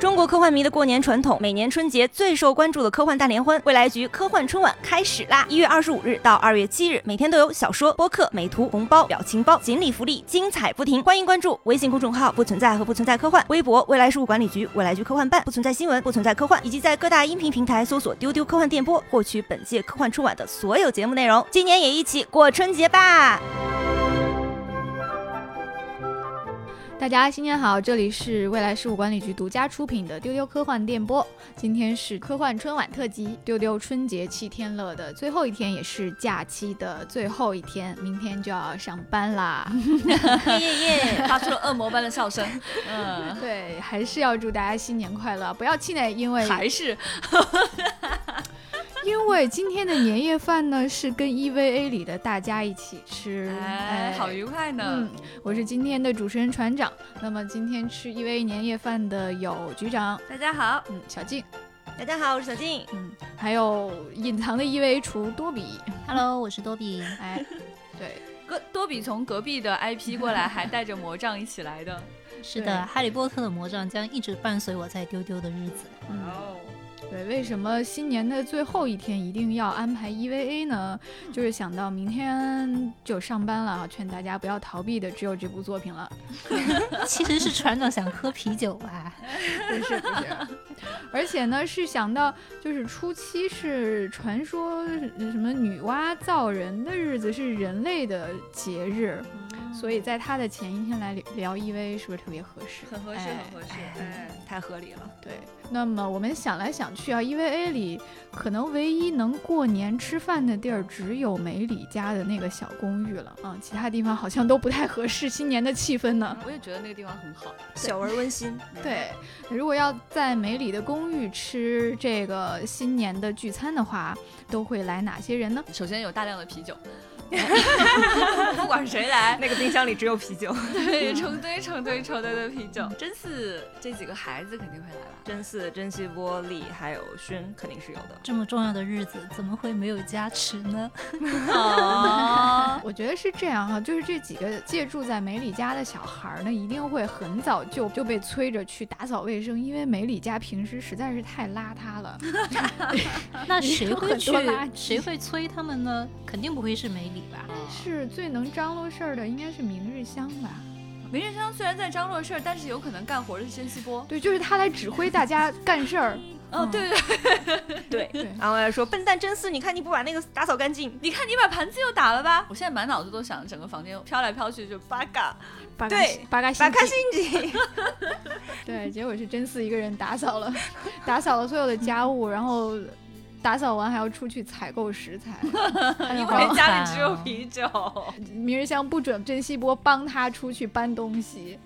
中国科幻迷的过年传统，每年春节最受关注的科幻大联欢，未来局科幻春晚开始啦！一月二十五日到二月七日，每天都有小说、播客、美图、红包、表情包、锦鲤福利，精彩不停！欢迎关注微信公众号“不存在”和“不存在科幻”，微博“未来事务管理局”、“未来局科幻办”、“不存在新闻”、“不存在科幻”，以及在各大音频平台搜索“丢丢科幻电波”，获取本届科幻春晚的所有节目内容。今年也一起过春节吧！大家新年好，这里是未来事务管理局独家出品的丢丢科幻电波。今天是科幻春晚特辑，丢丢春节七天乐的最后一天，也是假期的最后一天，明天就要上班 啦。 耶耶耶！发出了恶魔般的笑声。嗯，对，还是要祝大家新年快乐，不要气馁，因嗯为还是因为今天的年夜饭呢是跟 EVA 里的大家一起吃，哎，好愉快呢嗯。，我是今天的主持人船长。那么今天吃 EVA 年夜饭的有局长，大家好，嗯，小静，大家好，我是小静。嗯，还有隐藏的 EVA 厨多比， Hello，我是多比。哎，对，哥多比从隔壁 的 IP 过来，还带着魔杖一起来的。是对的，《哈利波特》的魔杖将一直伴随我在丢丢的日子。 嗯，哦对，为什么新年的最后一天一定要安排 EVA 呢？就是想到明天就上班了啊，劝大家不要逃避的只有这部作品了，其实是船长想喝啤酒吧？ 不是不是，而且呢是想到就是初期是传说什么女娲造人的日子是人类的节日，所以在它的前一天来聊 EVA 是不是特别合适？很合适，哎很合适，哎，太合理了。对，那么我们想来想去啊，EVA 里可能唯一能过年吃饭的地儿只有梅里家的那个小公寓了啊，其他地方好像都不太合适新年的气氛呢。啊我也觉得那个地方很好。小而温馨，对，如果要在梅里的公寓吃这个新年的聚餐的话，都会来哪些人呢？ 首先有大量的啤酒， 不管谁 来， 那个冰箱里只有啤酒。对， 成堆成堆成堆的啤酒。真四这几个孩子肯定会来吧？ 真嗣、珍惜玻璃还有勋肯定是有的。这么重要的日子，怎么会没有加持 呢？ 哦，我觉得是这样哈、就是这几个借住在梅里家的小孩儿呢，一定会很早就就被催着去打扫卫生，因为梅里家平时实在是太邋遢了。那谁会去有很多垃圾？谁会催他们呢？肯定不会是梅里吧？是最能张罗事儿的，应该是明日香吧？梅艳芳虽然在张罗事儿，但是有可能干活的是甄希波。对，就是他来指挥大家干事儿。哦，嗯对对，对对然后还说笨蛋真嗣，你看你不把那个打扫干净。你看你把盘子又打了吧？我现在满脑子都想整个房间飘来飘去，就八嘎。嘎八对八嘎 西把开心机，对，结果是真嗣一个人打扫了， 打扫了所有的家务，然后打扫完还要出去采购食材，因然为后家里只有啤酒。明日香不准甄希波帮他出去搬东西。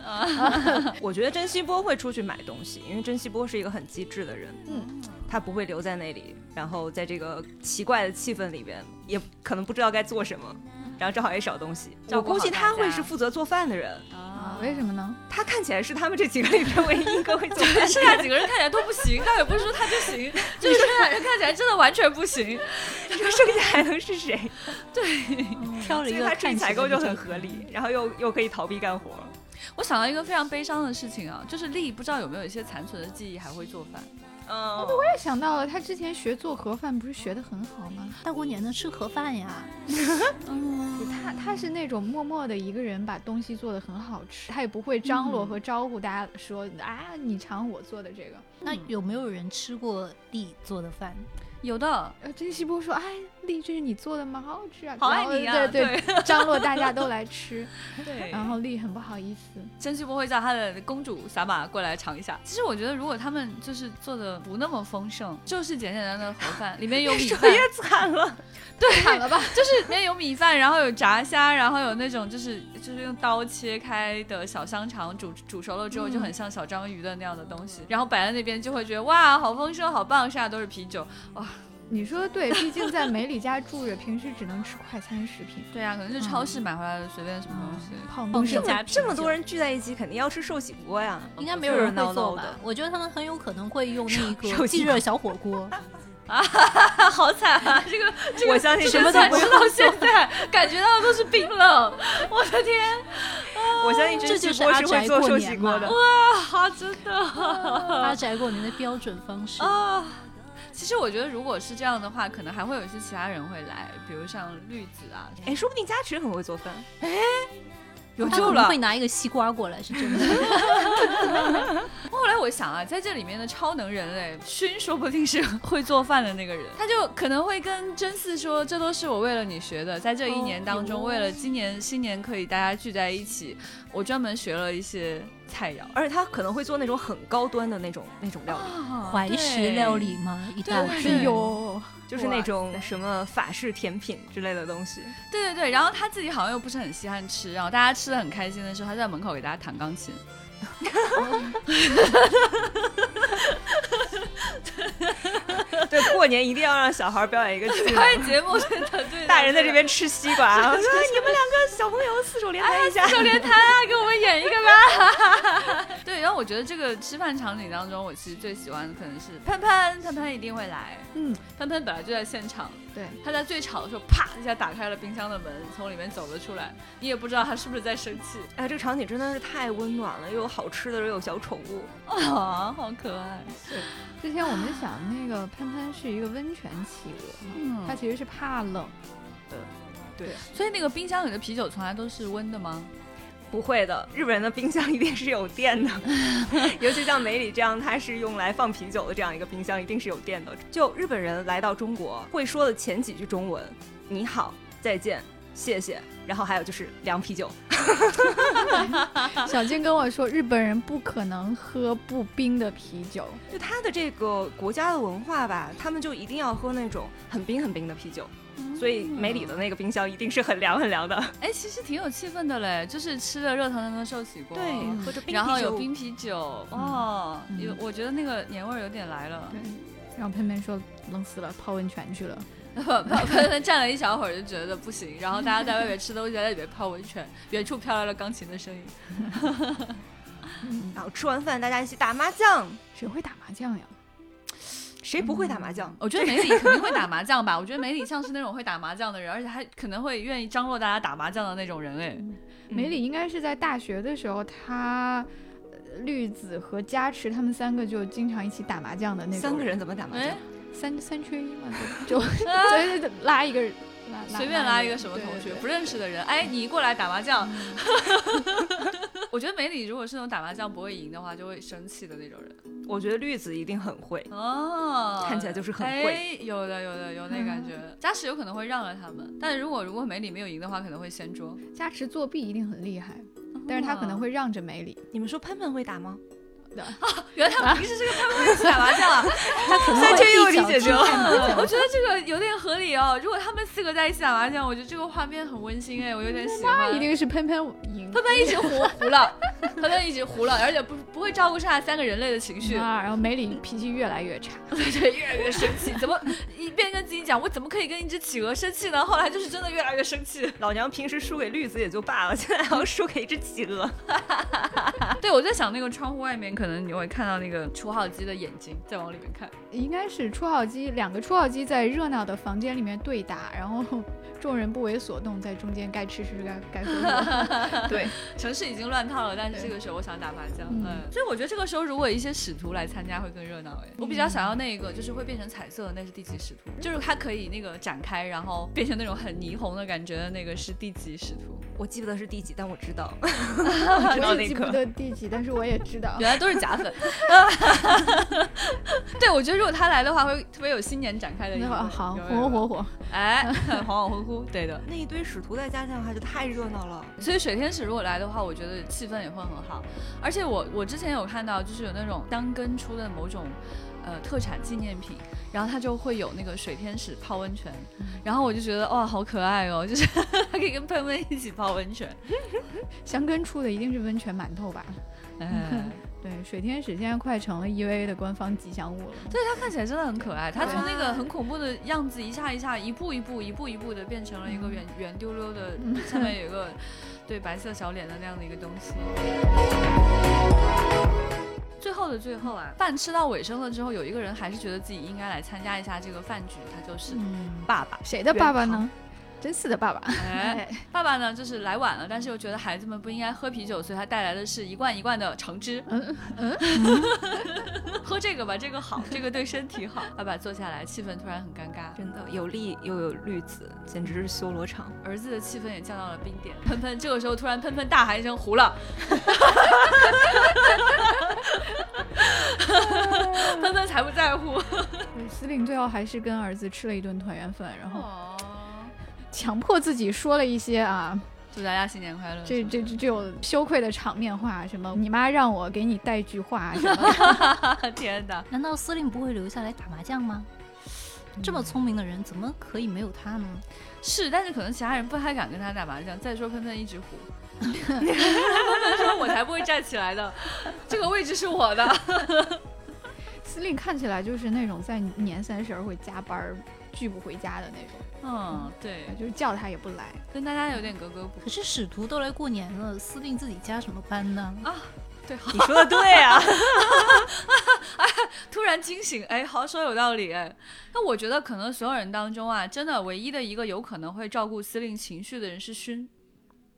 我觉得甄希波会出去买东西，因为甄希波是一个很机智的人，嗯，他不会留在那里，然后在这个奇怪的气氛里边，也可能不知道该做什么，然后正好也少东西。照我顾好估计他大家会是负责做饭的人，啊啊，为什么呢？他看起来是他们这几个里边唯一一个会做饭 剩下几个人看起来都不行，但也不是说他就行，就是剩下人看起来真的完全不行。的人，剩下还能是谁？挑了所一以个他出去看起来采购就很合理，然后又又可以逃避干活。我想到一个非常悲伤的事情啊，就是丽不知道有没有一些残存的记忆还会做饭。嗯，突然想到了，他之前学做盒饭不是学得很好吗？大过年的吃盒饭呀，他他是那种默默的一个人把东西做得很好吃，他也不会张罗嗯和招呼大家说、啊，你尝我做的这个。那嗯有没有人吃过丽做的饭？有的，呃，甄希波说：“哎，丽，这是你做的吗？好好吃啊！”好爱然后你啊对对，张罗大家都来吃。 对然后丽很不好意思，甄旭波会叫他的公主撒玛过来尝一下。其实我觉得，如果他们就是做的不那么丰盛，就是简简单单的盒饭，里面有 米说饭，也惨了。惨了吧？ 就是里面有米饭，然后有炸虾，然后有那种就是就是用刀切开的小香肠，煮煮熟了之后就很像小章鱼的那样的东西，然后摆在那边就会觉得哇，好丰盛，好棒，剩下都是啤酒。你说的对，毕竟在梅里家住着，平时只能吃快餐食品，对啊呀、可能是超市买回来的随便什么东西。泡放面这么这么多人聚在一起，肯定要吃寿喜锅呀。应该没有人会做热热闹闹的吧？我觉得他们很有可能会用那手个机即热小火 锅。啊， 好惨啊！这个这个我相信什这个么都才不 吃到现在，感觉到的都是冰冷。我的天，啊我相信这蒸就汽是锅阿是会宅做过寿年喜锅嘛的。啊，真的 阿宅过年的标准方式。啊。其实我觉得，如果是这样的话，可能还会有一些其他人会来，比如像绿子啊，哎，说不定嘉驰很会做饭。有他救可能了会。拿一个西瓜过来，是真的。后来我想啊，在这里面的超能人类勋，说不定 是会做饭的那个人，他就可能会跟真嗣说，这都是我为了你学的，在这一年当中，哦为了今年新年可以大家聚在一起，我专门学了一些菜肴。而且他可能会做那种很高端的那种那种料理，怀石料理嘛，一大对堆对哟，就是那种什么法式甜品之类的东 西。对对对，然后他自己好像又不是很稀罕吃，然后大家吃的很开心的时候，他在门口给大家弹钢琴。对，过年一定要让小孩表演一个剧嘛。 表演节目真的对， 大人在这边吃西瓜，啊，我说 你们两个小朋友四手联哎弹一下。就连他啊，给我们演一个吧。 对，然后我觉得这个吃饭场景当中，我其实最喜欢的可能是潘潘，潘潘一定会来。嗯，潘潘本来就在现场，对，他在最吵的时候，啪一下打开了冰箱的门，从里面走了出来，你也不知道他是不是在生 气。哎，这个场景真的是太温暖了，又有好吃的，又有小宠物。啊，好可爱。之前我们想那个潘潘是一个温泉企鹅嘛，嗯它，其实是怕冷，所以那个冰箱里的啤酒从来都是温的吗？不会的，日本人的冰箱一定是有电 的，尤其像梅里这样，它是用来放啤酒的这样一个冰箱，一定是有电的。就日本人来到中国会说的前几句中文：你好、再见、谢谢，然后还有就是凉啤酒。啊小静跟我说，日本人不可能喝不冰的啤酒，就他的这个国家的文化吧，他们就一定要喝那种很冰很冰的啤酒，所以梅里的那个冰箱一定是很凉很凉的。哎，其实挺有气氛的嘞，就是吃了热腾腾的寿喜锅，对，喝着冰嗯然后啤酒有冰啤酒，哦，有我觉得那个年味儿有点来了。对。然后潘潘说冷死了，泡温泉去了。 喷喷站了一小会儿就觉得不行，然后大家在外面吃东西，在里面泡温泉，远处飘来了钢琴的声音。嗯然后吃完饭大家一起打麻将，谁会打麻将呀？谁不会打麻将？我觉得梅里肯定会打麻将吧，我觉得梅里像是那种会打麻将的人，而且还可能会愿意张罗大家打麻将的那种人哎。嗯梅里应该是在大学的时候，他呃绿子和加持他们三个就经常一起打麻将的那种。三个人怎么打麻将哎？，三三缺一 嘛，就就就拉一个人，拉随便拉一一个个什么同学对对对不认识的人，哎，你过来打麻将。我觉得梅里如果是那种打麻将不会赢的话，就会生气的那种人。我觉得绿子一定很会。哦，嗯看起来就是很哎会有的，有的，有那感觉。加时有可能会让了他们，但如果如果梅里没有赢的话，可能会先捉。加持作弊一定很厉害，但是他可能会让着梅里。嗯你们说潘潘会打吗？原来他平时是个潘潘一起打麻将 啊，他可能三会缺一我一理脚解踢就开 门。我觉得这个有点合理哦。如果他们四个在一起打麻将，我觉得这个画面很温馨哎，我有点喜那欢。一定是喷喷赢潘潘一直胡胡 了，潘潘一直胡了，而且不不会照顾上来三个人类的情绪， 啊，然后梅里脾气越来越差。对对，越来越生气。怎么一边跟自己讲我怎么可以跟一只企鹅生气呢？后来就是真的越来越生气。老娘平时输给绿子也 就罢了，现在还要输给一只企鹅。 对，我在想那个窗户外面，可能你会看到那 个除号机的眼睛在往里面看。应该是初号机，两个初号机在热闹的房间里面对打，然后 众人不为所动，在中间该吃吃该该喝 喝。对，城市已经乱套了，但是对这个时候我想打麻将，嗯嗯，所以我觉得这个时候如果有一些使徒来参加会更热闹哎。我比较想要那一个就是会变成彩色的，那是第几使徒？就是它可以那个展开，然后变成那种很霓虹的感觉的那个是第几使徒？我记不得是第几，但我知 道，知道我那也记不个得第几，但是我也知道。 原来都是假粉。对，我觉得如果他来的话，会特别有新年展开的一那个。好，好有火火，有火有火，哎，恍恍惚惚，对的。那一堆使徒再加上的话就太热闹了。所以水天使如果来的话，我觉得气氛也会很好。而且我我之前有看到，就是有那种当根出的某种呃特产纪念品，然后它就会有那个水天使泡温泉，然后我就觉得哇，好可爱哦，就是 它可以跟喷喷一起泡温泉。香根出的一定是温泉馒头吧？哎，对，水天使现在快成了 EVA 的官方吉祥物了。对，它看起来真的很可爱。它从那个很恐怖的样子，一下一下，一步一步，一步一步的变成了一个圆圆溜溜的，上面有一个对白色小脸的那样的一个东西。最后的最后啊，饭吃到尾声了之后，有一个人还是觉得自己应该来参加一下这个饭局，他就是嗯，爸爸。谁的爸爸呢？真是的，爸爸。 哎，爸爸呢，就是来晚了，但是又觉得孩子们不应该喝啤酒，所以他带来的是一罐一罐的橙汁。 喝这个吧，这个好，这个对身体好。爸爸坐下来，气氛突然很尴尬，真的有利又有绿子，简直是修罗场。儿子的气氛也降到了冰点。喷喷这个时候突然喷喷大喊一声“ 糊了”，喷喷才不在乎。对司令最后还是跟儿子吃了一顿团圆饭，然哦后强迫自己说了一些啊，祝大家新年快乐！这这这这种羞愧的场面话，什么你妈让我给你带句话啊什么的， 天哪，难道司令不会留下来打麻将吗？这么聪明的人，怎么可以没有他呢？是，但是可能其他人不太敢跟他打麻将。再说喷喷一直糊， 喷喷说：“我才不会站起来的，这个位置是我的。 司令看起来就是那种在年三十儿会加班儿拒不回家的那种，”嗯，对，就是叫他也不来。跟大家有点格格不可是使徒都来过年了，司令自己加什么班呢？啊。对，好，你说的对 啊，突然惊醒，哎，好说有道理，哎，那我觉得可能所有人当中啊，真的唯一的一个有可能会照顾司令情绪的人是勋，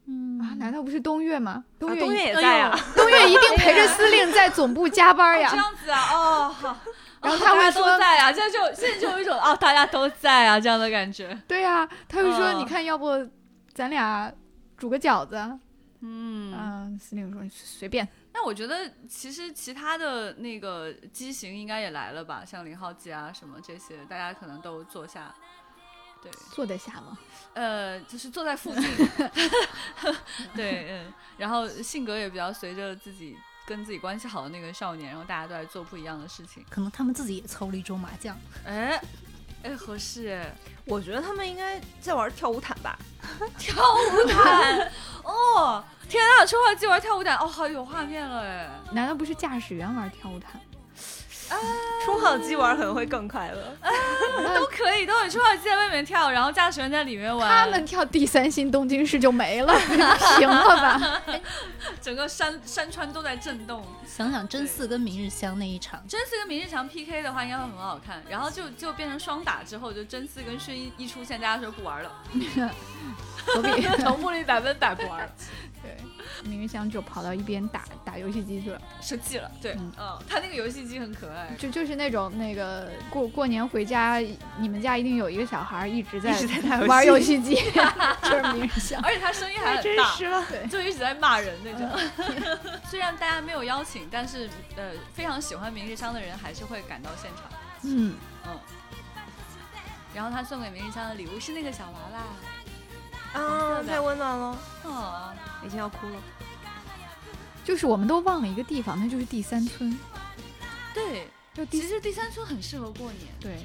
嗯啊，难道不是东岳吗？东岳一、东岳也在啊，东岳一定陪着司令在总部加班这呀。样子啊，哦，好， 然后哦他会大家都说在啊，现在就现在就有一种哦，大家都在啊这样的感觉，对呀、他会说：“嗯你看，要不咱俩煮个饺子啊？”嗯啊，司令说：“随便。那我觉得其实其他的那个机型应该也来了吧，像零号机啊什么这些，大家可能都坐下。对，”坐得下吗？呃，就是坐在 附近，对，嗯，然后性格也比较随着自己跟自己关系好的那个少年，然后大家都在做不一样的事情。可能他们自己也凑了一桌麻将，哎，哎，合适哎，我觉得他们应该在玩跳舞毯吧，跳舞毯，哦，天啊，说话机玩跳舞毯，哦，好有画面了哎。难道不是驾驶员玩跳舞毯？冲好机玩可能会更快 乐。都可以，都有说话机在外面跳，然后驾驶员在里面玩。他们跳第三星东京市就没了， 平了吧？整个山山川都在震动。想想真嗣跟明日香那一场，真嗣跟明日强 PK 的话，应该会很好看。然后就就变成双打之后，就真嗣跟薰衣一出现，大家说不玩了，何必？从目力百分百不玩了，对，明日香就跑到一边打打游戏机去了，生气了。对，嗯嗯，他那个游戏机很可 爱，就就是那种那个过过年回家，你们家一定有一个小孩一直在一直在打游戏玩游戏机，就是明日香。而且他声音还太很真大。实了，对，就一直在骂人那种， 虽然大家没有邀请，但是呃，非常喜欢明日香的人还是会赶到现场，嗯，嗯。然后他送给明日香的礼物是那个小娃娃，啊，太温暖了，哦，已经要哭了。就是我们都忘了一个地方，那就是第三村。对，就第其实第三村很适合过年，对，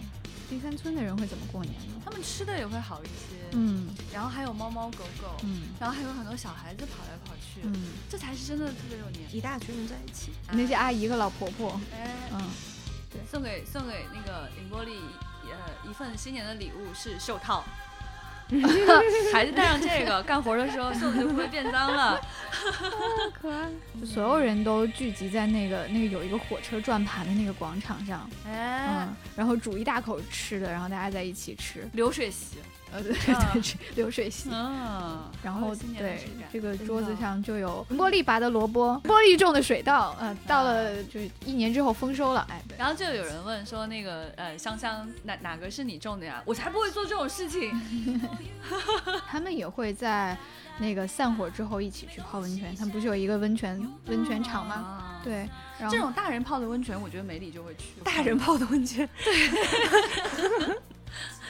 第三村的人会怎么过年呢？他们吃的也会好一些，嗯然后还有猫猫狗狗，嗯然后还有很多小孩子跑来跑去，嗯，这才是真的特别有年。一大群人在一起，那些阿姨和老婆婆，哎，嗯，送给送给那个林波丽呃一份新年的礼物是袖套。 孩子带上这个，干活的时候袖子就不会变脏了。可爱。就所有人都聚集在那个那个有一个火车转盘的那个广场上，哎，嗯，然后煮一大口吃的，然后大家在一起吃，流水席，呃， 对对对，流水席。嗯，然好有后新年的嗯对质感这个真桌子的上就有玻璃拔的萝卜，玻璃种的水稻，嗯呃，到了就是一年之后丰收了，哎，对，然后就有人问说，那个呃，香香哪哪个是你种的呀？我才不会做这种事情。嗯他们也会在那个散伙之后一起去泡温泉，他们不是有一个温泉温泉场吗？啊，对，然嗯这后种大人泡的温泉，我觉得梅里就会去。大人泡的温泉，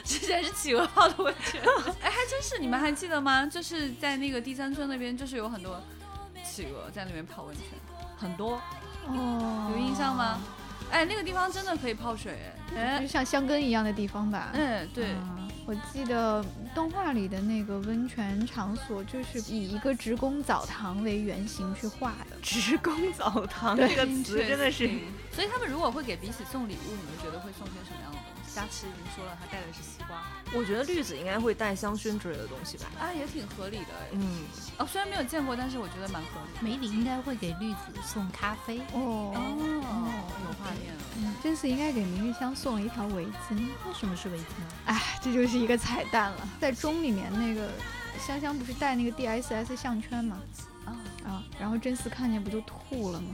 之前是企鹅泡的温泉，哎，还真是，你们还记得吗？就是在那个第三村那边，就是有很多企鹅在那边泡温泉，很多，哦有印象吗？？哎，那个地方真的可以泡水，哎就，像香根一样的地方吧。嗯，对，嗯我记得动画里的那个温泉场所，就是以一个职工澡堂为原型去画的。职工澡嗯堂这个词真的是，所以他们如果会给彼此送礼物，你们觉得会送些什么样的东西？佳琪已经说了，他带的是西瓜， 我觉得绿子应该会带香薰之类的东西吧。啊，也挺合理的哎。嗯，哦，虽然没有见过，但是我觉得蛮合理。梅里应该会给绿子送咖啡，哦，哦，有画面了。嗯这次应该给明玉香送了一条围巾，为什么是围巾啊？哎，这就是一个彩蛋了。在钟里面那个香香不是戴那个 DSS 项圈吗？啊啊，然后真嗣看见不就吐了吗？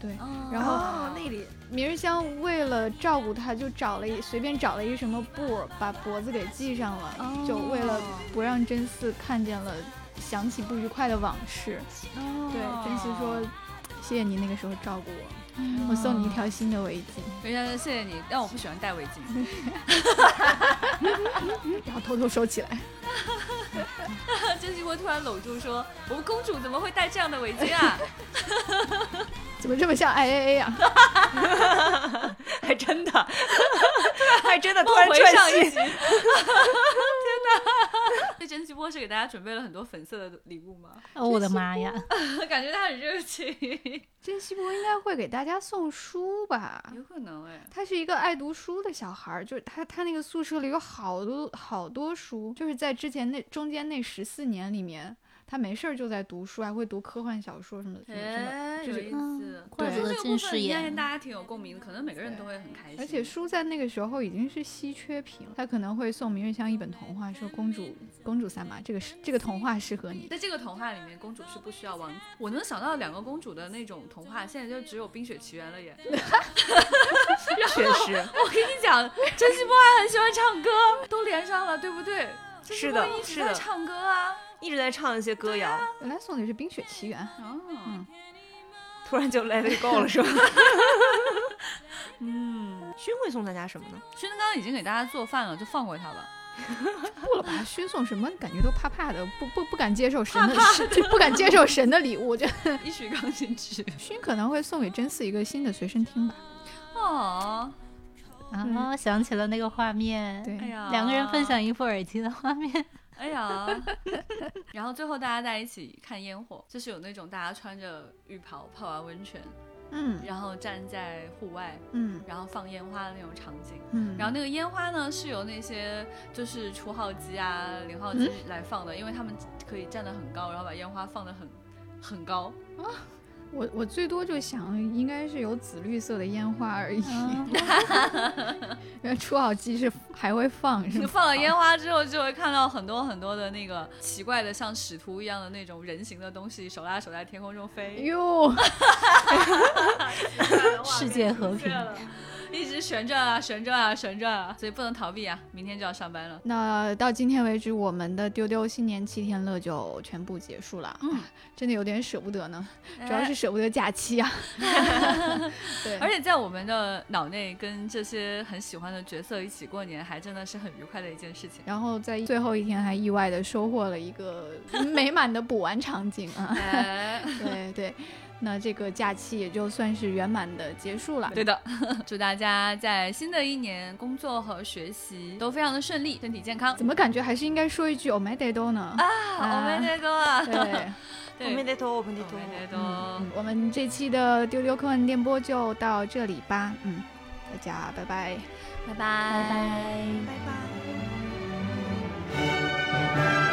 对，哦然后哦，那里明日香为了照顾他，就找了一随便找了一什么布儿把脖子给系上了，哦就为了不让真嗣看见了，想起不愉快的往事。哦对，真嗣说，谢谢你那个时候照顾我，我送你一条新的围巾，人家说谢谢你，但我不喜欢戴围巾。然后嗯偷偷收起来。真希会突然搂住说，我们公主怎么会戴这样的围巾啊？怎么这么像 I A A 啊？ 还真的，还真的突然梦回上转一戏 集，。天哪！这真希波是给大家准备了很多粉色的礼物吗？ 哦，我的妈呀！感觉他很热情，真希博应该会给大家送书吧？有可能哎。他是一个爱读书的小孩儿，就是他他那个宿舍里有好多好多书，就是在之前那中间那十四年里面，他没事儿就在读书，还会读科幻小说什么的什么什么。哎，就有是意嗯思。怪不得这个部近视分应该眼大家挺有共鸣的，可能每个人都会很开心。而且书在那个时候已经是稀缺品了，他可能会送明月香一本童话，说公主公主三吧，这个是这个童话适合你。在这个童话里面，公主是不需要王。我能想到两个公主的那种童话，现在就只有《冰雪奇缘》了耶。 确实，我跟你讲，真希波还很喜欢唱歌，都连上了，对不对？真希是波的一直是在的唱歌啊。一直在唱一些歌谣，原来送的是《冰雪奇缘》，啊哦，突然就 let it go 了，是吧？ 嗯，勋会送大家什么呢？轩刚刚已经给大家做饭了，就 放过他吧。不了吧？勋送什么感觉都怕怕的，不不不敢接受神的，是不敢接受神的礼物。我觉得一曲钢琴曲。勋可能会送给真嗣一个新的随身听吧。哦， 啊，想起了那个画面，对，哎呀，嗯两个人分。享一副耳机的画面，哎呀， 然后最后大家在一起看烟火，就是有那种大家穿着浴袍泡完温泉，嗯然后站在户外，嗯然后放烟花的那种场景。嗯，然后那个烟花呢，是由那些就是初号机啊、零号机嗯来放的，因为他们可以站得很高，然后把烟花放得很 很高。我我最多就想应该是有紫绿色的烟花而已，嗯 因为初好机是还会放是你吗？放了烟花之后，就会看到很多很多的那个奇怪的像使徒一样的那种人形的东西，手拉手在天空中哎飞，哟， 世界和平。一直旋转啊、旋转啊、旋转啊，所以不能逃避啊！明天就要上班了。那到今天为止，我们的丢丢新年七天乐就全部结束了，啊嗯，哎真的有点舍不得呢，主要是舍不得假期啊。对， 而且在我们的脑内跟这些很喜欢的角色一起过年，还真的是很愉快的一 件事情。然后在最后一天还意外的收获了一 个美满的补完场景啊。哎，对对，那这个假期也就算是圆满的结束了。对的， 祝大家在新的一年工作和学习都非常的顺利，身体健康。怎么感觉还是应该说一句 “o m e d e do” 呢？ 啊，我们那个啊， 对，我没对，得偷，我没我得偷。们嗯那我们这期的丢丢科幻电波就到这里吧，嗯，大家拜拜。个，拜拜拜拜。拜拜。